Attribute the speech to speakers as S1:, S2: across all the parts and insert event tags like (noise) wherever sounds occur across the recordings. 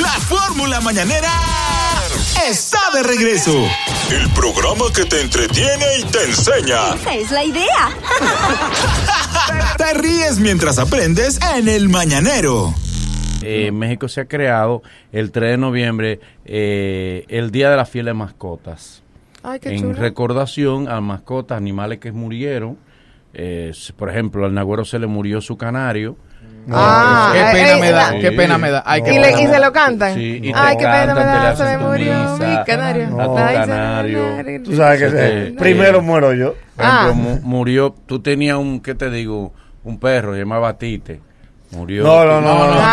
S1: La fórmula mañanera está de regreso.
S2: El programa que te entretiene y te enseña.
S3: Esa es la idea.
S1: Te ríes mientras aprendes en el mañanero.
S4: Eh, en México se ha creado el 3 de noviembre eh, el Día de las Fieles Mascotas.
S5: Ay, qué
S4: en
S5: chulo.
S4: recordación a mascotas, animales que murieron. Eh, s- por ejemplo, al Nagüero se le murió su canario.
S5: Ah,
S6: qué
S5: eh,
S6: pena
S5: eh,
S6: me da,
S5: eh,
S6: qué pena me da. Ay,
S5: Y,
S6: qué pena
S5: le, y
S6: me
S5: se
S6: da.
S5: lo cantan.
S4: Sí, y te
S5: Ay, qué pena
S4: cantan,
S5: me
S4: te le
S5: da, se
S4: hacen
S5: me
S4: tu
S5: murió
S4: misa,
S5: mi canario.
S4: a tu
S5: Ay, se me
S4: canario.
S5: murió.
S7: Tú sabes que
S4: Este,
S7: eh, primero
S4: eh,
S7: muero yo.
S4: Por
S5: Ah.
S4: ejemplo, mu- murió, tú tenías un, ¿qué te digo? Un perro, se llamaba Tite. Murió.
S7: No, no, no,
S5: Ah,
S7: no. no. (laughs)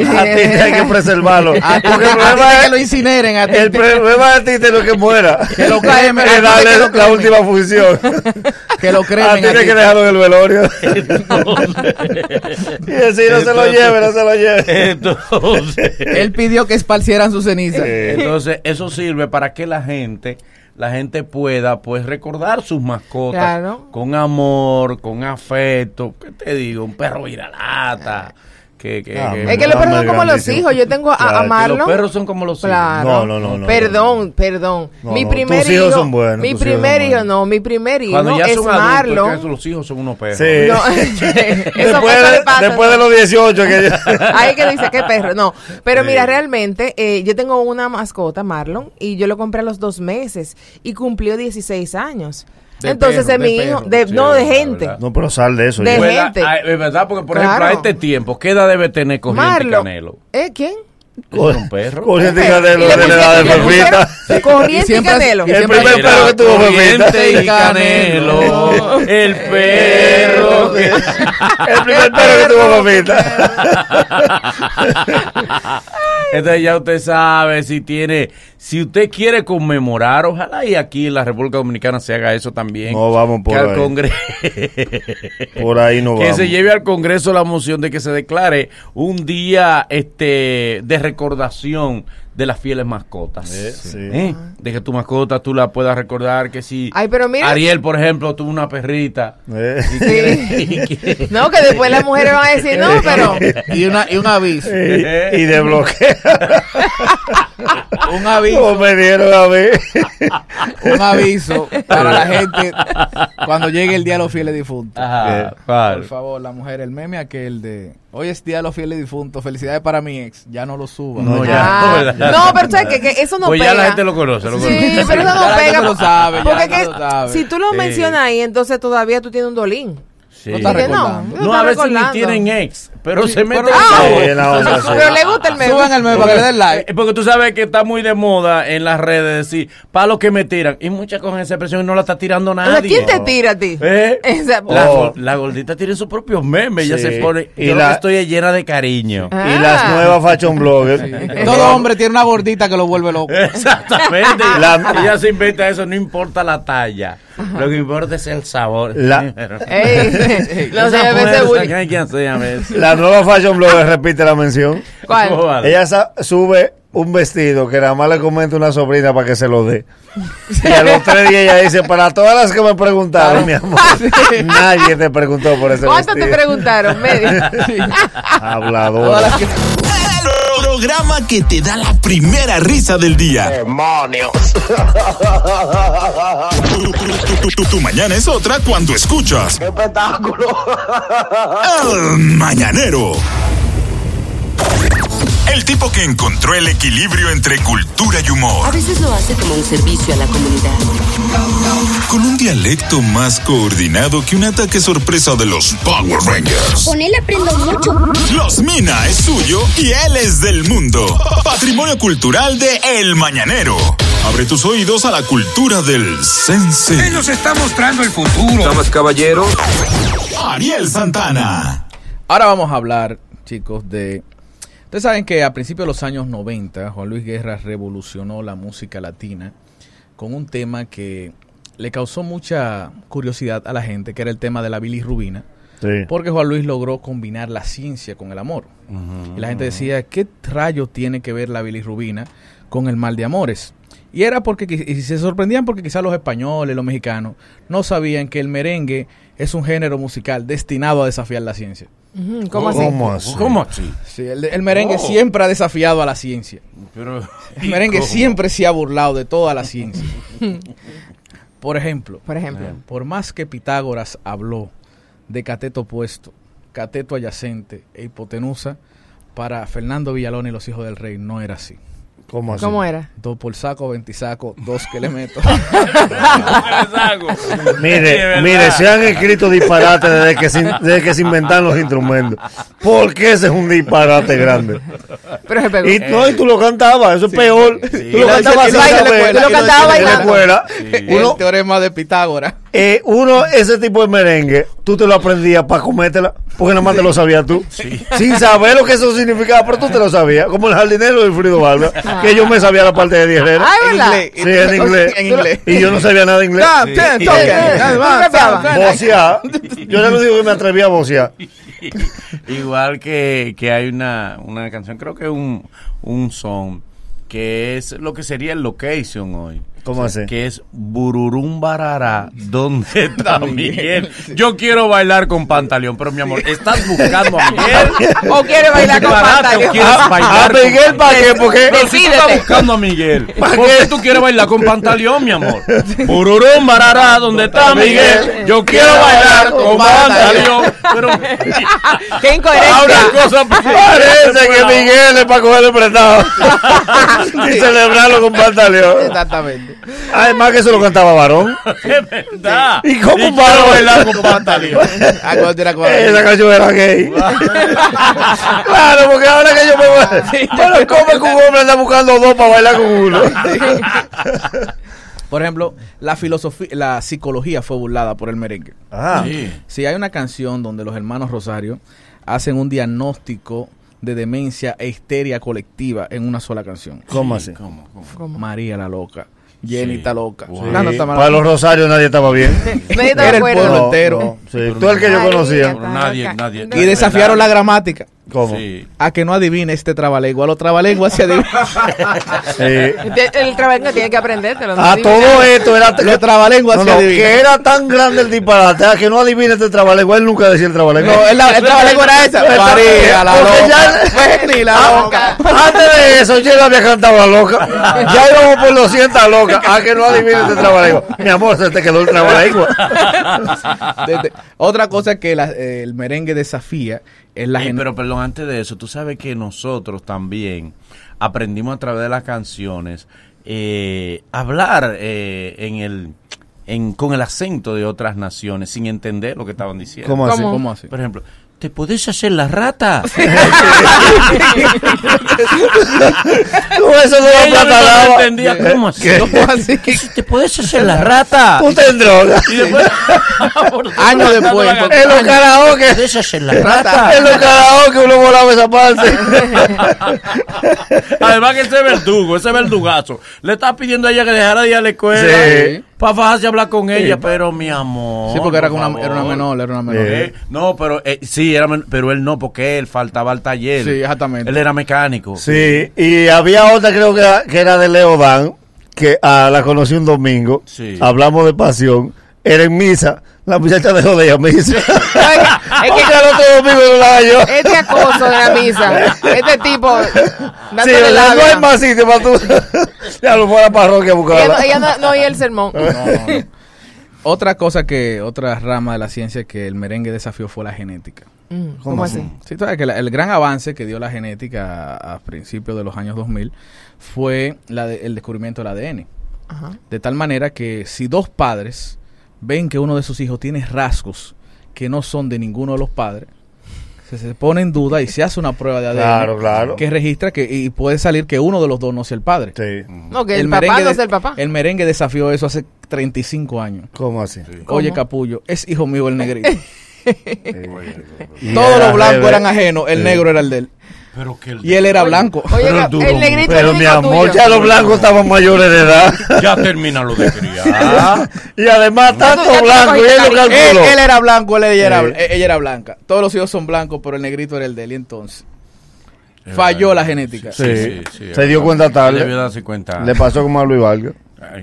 S5: Ay,
S7: A ti te hay que preservarlo.
S6: (laughs) A ti-
S7: Porque el
S6: a ti
S7: problema
S6: que lo
S7: es
S6: incineren, a ti
S7: el
S6: te-
S7: problema de ti es lo que muera.
S6: Que lo cremen, a
S7: (laughs) Es
S6: ti te que
S7: darle
S6: lo
S7: la
S6: cremen.
S7: última
S6: (laughs)
S7: función.
S6: que lo
S4: (laughs)
S7: A
S6: cremen.
S7: ti
S6: a
S7: hay que
S6: ti te-
S7: dejarlo en el velorio. Y decir, no se lo lleve, no se lo lleve.
S4: Entonces,
S6: Él pidió que esparcieran sus cenizas.
S4: Eh. entonces, eso sirve para que la gente, la gente pueda, pues, recordar sus mascotas
S5: Claro.
S4: con amor, con afecto. ¿Qué te digo? Un perro viralata. Que, que,
S7: Ah,
S5: Es que
S7: lo-
S5: los perros
S7: Hombre,
S5: son como los
S7: grandísimo.
S5: hijos. Yo tengo a,
S7: Claro,
S5: a
S7: que los
S4: que
S5: Marlon.
S4: los perros son como los hijos.
S5: Claro.
S7: No, no, no, no,
S5: Perdón,
S7: no.
S5: perdón.
S7: No,
S5: mi
S7: no,
S5: primer
S7: tus hijos
S5: hijo,
S7: son buenos,
S5: mi
S7: tus hijos son
S5: primer hijo,
S7: buenos.
S5: no, mi primer hijo
S4: Cuando ya
S5: es
S4: son adultos,
S5: Marlon.
S4: es que los hijos son unos perros.
S7: Sí.
S5: No,
S4: (laughs)
S5: (laughs) eso- eso
S7: Después,
S5: le
S7: de,
S5: pasa, ¿no?
S7: después de los 18 que yo-
S5: Ahí que dice qué perro. No, pero mira, realmente eh, yo tengo una mascota, Marlon, y yo lo compré a los dos meses y cumplió 16 años.
S6: De
S5: Entonces
S6: perro,
S5: es mi
S6: de
S5: hijo,
S6: perro.
S5: de-
S4: Sí,
S5: (laughs) no de
S4: la
S5: gente.
S4: verdad.
S7: No, pero sal de eso.
S5: De-
S7: ya.
S4: ¿Verdad?
S5: gente.
S4: Ah, Es verdad, porque por
S5: Claro.
S4: ejemplo, a este tiempo, ¿qué edad debe tener corriente
S5: Marlon,
S4: canelo?
S5: ¿eh? ¿Quién?
S4: Es un perro.
S7: Corriente
S5: Perro.
S7: Canelo,
S5: Y le
S7: de la edad de
S5: pusieron- le pusieron
S7: Pepita. (laughs)
S6: Y
S5: Corriente y
S6: siempre-
S5: Canelo.
S6: y
S7: El
S6: siempre-
S7: primer
S4: Era
S7: perro que tuvo
S4: Corriente
S5: (laughs)
S7: Pepita.
S4: y (laughs) Canelo. El perro. que-
S7: (laughs) El primer perro que tuvo Pepita.
S4: Entonces ya usted sabe si tiene, si usted quiere conmemorar, ojalá y aquí en la República Dominicana se haga eso también.
S7: No, vamos por
S4: que al
S7: ahí.
S4: Congreso,
S7: Por ahí
S4: (laughs)
S7: no
S4: que
S7: vamos.
S4: se lleve al Congreso la moción de que se declare un día este de recordación de las fieles mascotas.
S7: sí.
S4: ¿Eh? De que tu mascota tú la puedas recordar, que si
S5: Ay, pero mira.
S4: Ariel, por ejemplo, tuvo una perrita.
S7: Eh.
S4: (laughs) y quiere- y quiere-
S5: No, que después las mujeres van a decir, no, pero
S6: Y, una, y un aviso.
S7: Y, y de bloqueo.
S6: Un aviso.
S7: Como me dieron a mí.
S6: Un aviso para la gente cuando llegue el Día de los Fieles Difuntos.
S4: Ajá,
S7: Eh,
S4: claro.
S6: Por favor, la mujer, el meme aquel de hoy es Día de los Fieles Difuntos. Felicidades para mi ex. Ya no lo
S5: (laughs)
S6: suba.
S4: No, (laughs) ya.
S5: Ah,
S4: no, ¿verdad?
S5: no, pero sabes que, que eso no
S4: Pues
S5: pega.
S4: ya la gente lo conoce, lo
S5: sí,
S4: conoce.
S5: pero eso
S6: Ya
S5: no
S6: la gente
S5: pega.
S6: lo sabe, ya
S5: porque
S6: la
S5: que
S6: gente lo sabe.
S5: si tú lo
S4: Sí.
S5: mencionas ahí, entonces todavía tú tienes un dolín.
S4: Sí.
S6: No está
S5: Porque
S6: recordando.
S5: yo
S4: No,
S5: estoy
S4: a veces ni
S5: recordando.
S4: tienen ex, pero se meten.
S5: Ah,
S4: en todo.
S7: Sí, la
S4: (laughs)
S7: onda, sí.
S5: Pero le gusta el meme.
S6: Suban el meme para que le den like.
S4: Eh, Porque tú sabes que está muy de moda en las redes decir palos que me tiran. Y muchas con esa expresión y no la está tirando
S5: O sea,
S4: nadie.
S5: ¿quién te tira a ti?
S4: ¿Eh?
S5: (laughs) Esa-
S4: La,
S7: Oh.
S4: la gordita tiene sus propios memes. Ella
S7: Sí.
S4: se pone.
S7: Y
S4: yo
S7: la-
S4: la... estoy llena de cariño.
S5: Ah.
S7: Y las nuevas fashion
S4: Eh,
S7: bloggers.
S6: Todo hombre tiene una gordita que lo vuelve loco.
S4: (laughs) Exactamente.
S7: La-
S4: Ella se inventa eso, no importa la talla. Lo que importa es el sabor.
S7: La-
S4: (laughs)
S5: Ey, no
S4: Esa
S5: sé, a veces
S4: fuerza
S5: bullying.
S4: que hay que hacer a veces.
S7: La nueva fashion blogger repite la mención.
S5: ¿Cuál?
S4: ¿Cómo va?
S7: Ella sa- sube un vestido que nada más le comenta una sobrina para que se lo dé. Y a los tres días ella dice, para todas las que me preguntaron, mi amor, nadie te preguntó por ese
S5: ¿Cuánto te
S4: Este.
S7: vestido.
S5: preguntaron?
S4: (laughs)
S5: Medio.
S6: Todas
S7: Habladora.
S6: las que-
S1: El programa que te da la primera risa del día. Tu, tu- tu- tu- tu mañana es otra cuando escuchas. espectáculo! El mañanero. El tipo que encontró el equilibrio entre cultura y humor.
S8: A veces lo hace como un servicio a la comunidad.
S1: Con un dialecto más coordinado que un ataque sorpresa de los Power Rangers.
S9: Con él aprendo mucho.
S1: Los Mina es suyo y él es del mundo. Patrimonio cultural de El Mañanero. Abre tus oídos a la cultura del sense.
S10: nos está mostrando el futuro. Damas, caballeros.
S1: Ariel Santana.
S6: Ahora vamos a hablar, chicos, de... Ustedes saben que a principios de los años 90, Juan Luis Guerra revolucionó la música latina con un tema que le causó mucha curiosidad a la gente, que era el tema de la bilirrubina,
S7: Sí.
S6: porque Juan Luis logró combinar la ciencia con el amor. Y la gente decía, ¿qué rayo tiene que ver la bilirrubina con el mal de amores? Y era porque qui- y se sorprendían porque quizás los españoles, los mexicanos, no sabían que el merengue es un género musical destinado a desafiar la ciencia.
S5: Ujú, Mm, ¿Cómo así?
S7: ¿Cómo así?
S4: ¿Cómo así?
S6: Sí, el, el merengue
S4: Oh.
S6: siempre ha desafiado a la ciencia.
S4: Pero,
S6: El
S4: (laughs)
S6: merengue
S4: ¿cómo?
S6: siempre se ha burlado de toda la ciencia. Por ejemplo, Ah.
S5: Por ejemplo.
S6: por más que Pitágoras habló de cateto opuesto, cateto adyacente e hipotenusa, para Fernando Villalón y los hijos del rey no era así.
S7: ¿Cómo así?
S5: ¿Cómo era?
S6: Dos por saco, veintisaco, dos que le meto. (laughs)
S4: Sí,
S7: Mire,
S4: ¿verdad?
S7: mire, se han escrito disparates desde que, se, desde que se inventaron los instrumentos. Porque ese es un disparate grande.
S5: Pero se pegó.
S7: Y no, y tú lo cantabas, eso es peor. Tú lo
S6: la-
S7: cantabas
S6: y la-
S7: sin
S6: y la-
S7: saber.
S6: tú lo cantabas
S7: En la
S5: bailando.
S7: escuela.
S6: el
S7: Uno,
S6: teorema de Pitágoras.
S7: eh, uno, ese tipo de merengue, tú te lo aprendías para comértela, porque nada más te lo sabías tú. Sin saber lo que eso significaba, pero tú te lo sabías. Como el jardinero de Frido Barba, que yo me sabía la parte de Díaz Herrera.
S5: Ay, ¿verdad?
S7: Sí, en inglés.
S6: En inglés.
S7: Y yo no sabía nada de inglés.
S6: Stop, ten, (laughs) token. Advance, advance.
S7: Vocear. Yo era lo único que me atreví a vocear.
S4: Igual que, que hay una, una canción, creo que es un, un song, que es lo que sería el location hoy.
S7: ¿Cómo así?
S4: Que es Bururum Barará, ¿dónde está Miguel? Yo quiero bailar con Pantaleón, pero mi amor, ¿estás buscando a Miguel?
S5: ¿O quiere bailar con
S4: Disparate, ¿o
S5: Pantaleón?
S4: quieres
S7: ¿A
S4: bailar con-
S7: Ah, Miguel para qué? Porque
S4: Pero si tú estás
S5: Decídete.
S4: buscando a Miguel,
S7: ¿Pa'
S4: ¿por
S7: qué?
S4: qué tú quieres bailar con Pantaleón, mi amor? Bururum Barará, ¿dónde está Miguel? Yo quiero bailar con Pantaleón, pero...
S5: ¡Qué
S4: Ahora
S5: incoherencia!
S4: cosa
S7: parece que Miguel es para
S4: (laughs)
S7: cogerle prestado (laughs) y celebrarlo con pantaleón.
S6: Exactamente.
S7: Además que eso lo cantaba varón.
S4: Es verdad.
S7: ¿Y cómo
S4: quiero
S7: varón?
S4: bailar con pantalón?
S6: Ah, cuando tú eras cuadrado.
S7: Esa canción era (laughs) gay. claro, porque ahora que yo me voy. Bueno, ¿cómo es que un hombre anda buscando dos para bailar con uno?
S6: Por ejemplo, la filosofía, la psicología fue burlada por el merengue.
S7: Ah,
S6: Si hay una canción donde los hermanos Rosario hacen un diagnóstico de demencia e histeria colectiva en una sola canción.
S7: ¿cómo así?
S6: María la loca, Jenny
S4: Sí.
S6: está loca,
S4: Wow.
S6: Nando está
S7: Para los rosarios nadie estaba
S6: (laughs)
S7: bien.
S5: Nadie está de
S6: Era el
S5: acuerdo.
S6: pueblo entero.
S7: Sí, tú el que yo
S5: María,
S7: conocía.
S5: está
S4: Nadie,
S5: loca.
S4: nadie.
S6: Y desafiaron la gramática.
S7: ¿Cómo?
S4: Sí.
S6: A que no adivine este trabalengua. Los trabalenguas
S7: (laughs)
S6: se adivinan.
S7: Sí.
S6: (laughs)
S5: Te- El trabalengo tiene que aprendértelo. no
S7: A
S5: digo
S7: todo
S5: nada.
S7: esto era
S6: Los trabalenguas
S7: No,
S6: se
S7: no, que
S6: adivinan.
S7: era tan grande el disparate ah, que no adivina este trabalengua. Él nunca decía el trabalengua.
S6: No, el, la- el trabalengua era
S7: (laughs)
S6: esa.
S7: Porque
S6: María
S7: ya-
S6: la
S7: Ah,
S6: loca. Jenny la loca.
S7: Antes de eso, yo no había cantado la loca. Ya íbamos por los 100 a loca. Ah, que no adivina este trabalengua. Mi amor, se te quedó el trabalengua.
S6: (laughs) Desde- otra cosa que la- eh, el merengue desafía es la
S4: Eh,
S6: gente.
S4: pero perdón, antes de eso, tú sabes que nosotros también aprendimos a través de las canciones eh, hablar eh, en el, en, con el acento de otras naciones sin entender lo que estaban diciendo.
S7: ¿Cómo así?
S5: ¿Cómo?
S6: ¿Cómo así?
S4: Por ejemplo, ¿te podés hacer la rata?
S7: No, eso no lo
S4: Ella no
S7: platanaba.
S4: entendía cómo así.
S6: ¿Cómo
S4: (laughs)
S6: así?
S4: ¿Te podés hacer la rata?
S7: Puta en droga.
S4: Y después,
S6: Años después. entonces,
S7: En los
S4: ¿Te
S7: karaoke.
S4: podés hacer la rata?
S7: En los karaoke uno volaba esa parte.
S4: Además que ese verdugo, ese verdugazo, le está pidiendo a ella que dejara de ir a la escuela
S7: Sí.
S4: para bajarse a hablar con ella, pero mi amor.
S6: sí, porque era
S4: por
S6: una, era una
S4: favor.
S6: menor, era una menor.
S4: Eh, no, pero eh, sí, era men- pero él no, porque él faltaba al taller.
S6: Sí, exactamente.
S4: Él era mecánico.
S7: Sí, y había otra creo que era, que era de Leo Dan, que ah, la conocí un domingo,
S4: Sí.
S7: hablamos de pasión, era en misa, la muchacha dejó de ir a (laughs) misa.
S5: es que-
S7: Porque al otro domingo no la halló.
S5: Este acoso de la misa. Este tipo.
S7: Sí,
S5: dándole
S7: no
S5: labia.
S7: hay más
S5: (laughs)
S7: sitio para tú. ya lo fue a la parroquia
S5: Ella,
S7: a
S5: no-
S7: buscarla.
S5: ella no, no oía el
S7: (laughs)
S5: sermón.
S6: No, no, no. Otra cosa que, otra rama de la ciencia que el merengue desafió fue la genética.
S5: Mm, ¿Cómo, así?
S6: Sí, tú sabes que la- el gran avance que dio la genética a, a principios de los años 2000 fue la de- el descubrimiento del ADN.
S5: Ajá.
S6: De tal manera que si dos padres ven que uno de sus hijos tiene rasgos que no son de ninguno de los padres, se, se pone en duda y se hace una prueba de ADN
S7: Claro, claro.
S6: que registra que y puede salir que uno de los dos no sea el padre.
S7: Sí,
S5: No, que el, papá no
S6: de-
S5: es el papá.
S6: el merengue desafió eso hace 35 años.
S7: ¿cómo así?
S6: Oye, capullo, es hijo mío
S7: (laughs)
S6: el negrito.
S7: Y
S6: Todos
S7: era
S6: los blancos
S7: revés.
S6: eran ajenos, el negro era el de él.
S4: Pero que él-
S6: Y él era blanco.
S5: Oye,
S4: Pero
S5: el,
S4: duro,
S5: negrito es
S7: Pero
S5: el
S7: mi
S5: hijo
S7: amor,
S5: tuyo.
S7: ya los blancos estaban mayores de edad.
S4: ya termina lo de
S6: (laughs)
S4: criar.
S7: (laughs) y además
S5: Ya tú- ya
S7: tanto
S5: tú
S7: blanco y él lo
S5: cogiste
S6: Él,
S7: calculó.
S6: él era blanco, él, ella, era,
S7: Sí.
S6: eh, ella era blanca. Todos los hijos son blancos, pero el negrito era el de él. Y entonces falló la genética.
S7: Sí,
S4: Sí, sí,
S7: se
S4: es
S7: dio
S4: verdad.
S7: cuenta
S4: Él debió
S7: tarde.
S4: darse cuenta.
S7: Le pasó como a Luis Vargas.
S4: Ay.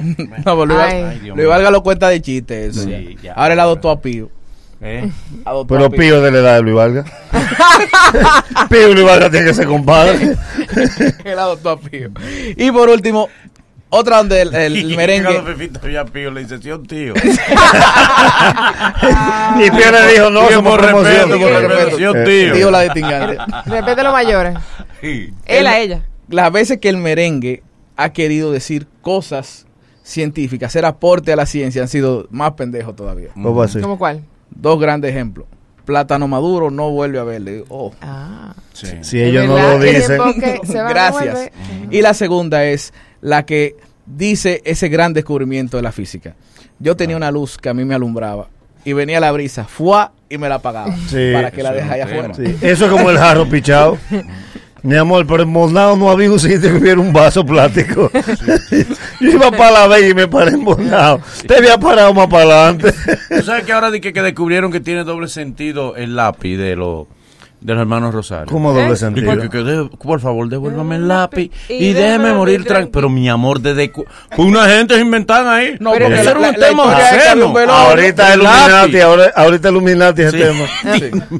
S6: (laughs) No, pero Luis
S5: Ay.
S6: Vargas-
S5: Ay,
S4: Dios
S6: Luis
S4: mío.
S6: Vargas lo cuenta de chiste. eso
S4: Sí,
S6: ya.
S4: ya.
S6: Ahora él adoptó a Pío.
S4: ¿eh?
S7: Pero
S6: (laughs)
S7: Pío de la edad de Luis Valga.
S5: (laughs)
S7: Pío y Luis Valga tienen que ser
S5: (laughs)
S7: compadre.
S6: El adoptó a Pío. Y por último, otra donde el,
S4: (laughs)
S6: el
S4: Y cuando
S6: merengue.
S4: Pepito vio a Pío, le dice, sí, un
S6: (laughs)
S4: tío.
S7: y Pío le dijo, no,
S4: Pío,
S7: somos
S4: por
S7: promoción. Eh,
S4: respeto, por respeto, sí, un tío.
S6: Digo la distingante.
S5: Respete los mayores.
S4: Sí.
S5: Él a ella.
S6: Las veces que el merengue ha querido decir cosas científicas, hacer aporte a la ciencia, han sido más pendejos todavía.
S7: ¿Cómo así?
S5: ¿Cómo cuál?
S6: Dos grandes ejemplos. Plátano maduro no vuelve a verle. Oh.
S5: Ah.
S4: Sí.
S7: Si ellos no
S5: ¿Verdad?
S7: lo
S5: Tienen
S7: dicen.
S6: (laughs)
S5: poca- que se van a
S6: Gracias.
S5: devolver.
S6: Y la segunda es la que dice ese gran descubrimiento de la física. Yo tenía una luz que a mí me alumbraba y venía la brisa, fuá, y me la apagaba
S7: Sí,
S6: para que la
S4: eso es
S6: dejara allá
S4: un tema.
S6: afuera.
S7: Sí, Eso es como el jarro pichado. Mi amor, pero en Monao no había un sitio que hubiera un vaso plástico. Yo iba para la vez y me paré en Monao. Te había parado más para adelante.
S4: ¿Tú sabes que ahora de que, que descubrieron que tiene doble sentido el lápiz de, los de los hermanos Rosario?
S7: ¿Cómo doble
S5: ¿Eh?
S4: Digo,
S7: sentido?
S4: que- que de- por favor, devuélvame el lápiz
S5: Y
S4: y
S5: déjame
S4: déjeme morir
S5: tranquilo.
S4: tranquilo. Pero mi amor, desde cu- pues una gente se inventan ahí.
S6: No,
S5: Pero
S4: Ese
S5: la-
S4: era
S6: la-
S4: un
S6: la
S4: tema
S6: historia de
S4: obsceno.
S6: Carlos Veloz,
S7: Ahorita
S4: El
S7: Illuminati,
S4: lápiz.
S7: ahora, ahorita Illuminati ese
S4: Sí.
S7: tema.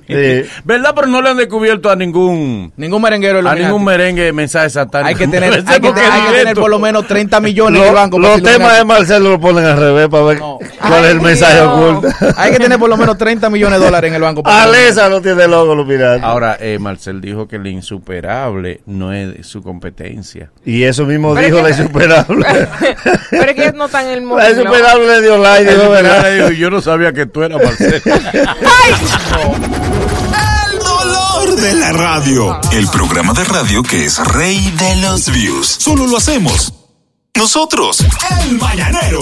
S7: Sí.
S4: ¿Verdad? Pero no le han descubierto a ningún
S6: Ningún merenguero
S4: a
S6: Illuminati.
S4: ningún merengue mensaje satánico.
S6: Hay que tener, hay
S4: (laughs) Ese
S6: que,
S4: porque
S6: tener- hay que
S4: directo.
S6: tener por lo menos 30 millones en
S7: Lo-
S6: el banco. para
S7: los
S6: ser
S7: temas de
S6: Illuminati.
S7: Marcelo lo ponen al revés para ver
S6: No.
S7: cuál es el
S5: Ay,
S7: mensaje
S5: Dios.
S7: oculto.
S6: Hay que tener por lo menos 30 millones de dólares en
S7: (laughs)
S6: el banco. para ser
S7: Alesa no tiene logo, los piratas.
S4: Ahora, eh, Marcel dijo que el insuperable no es su competencia.
S7: Y eso mismo
S5: Pero
S7: dijo
S5: es que-
S7: la insuperable.
S5: (laughs) Pero es que ellos no están en el
S7: la
S5: modelo.
S7: insuperable le dio like. dijo, verá.
S4: (laughs) Yo no sabía que tú eras Marcel.
S1: El dolor de la radio.
S2: El programa de radio que es rey de los views.
S1: Solo lo hacemos. Nosotros, el mañanero.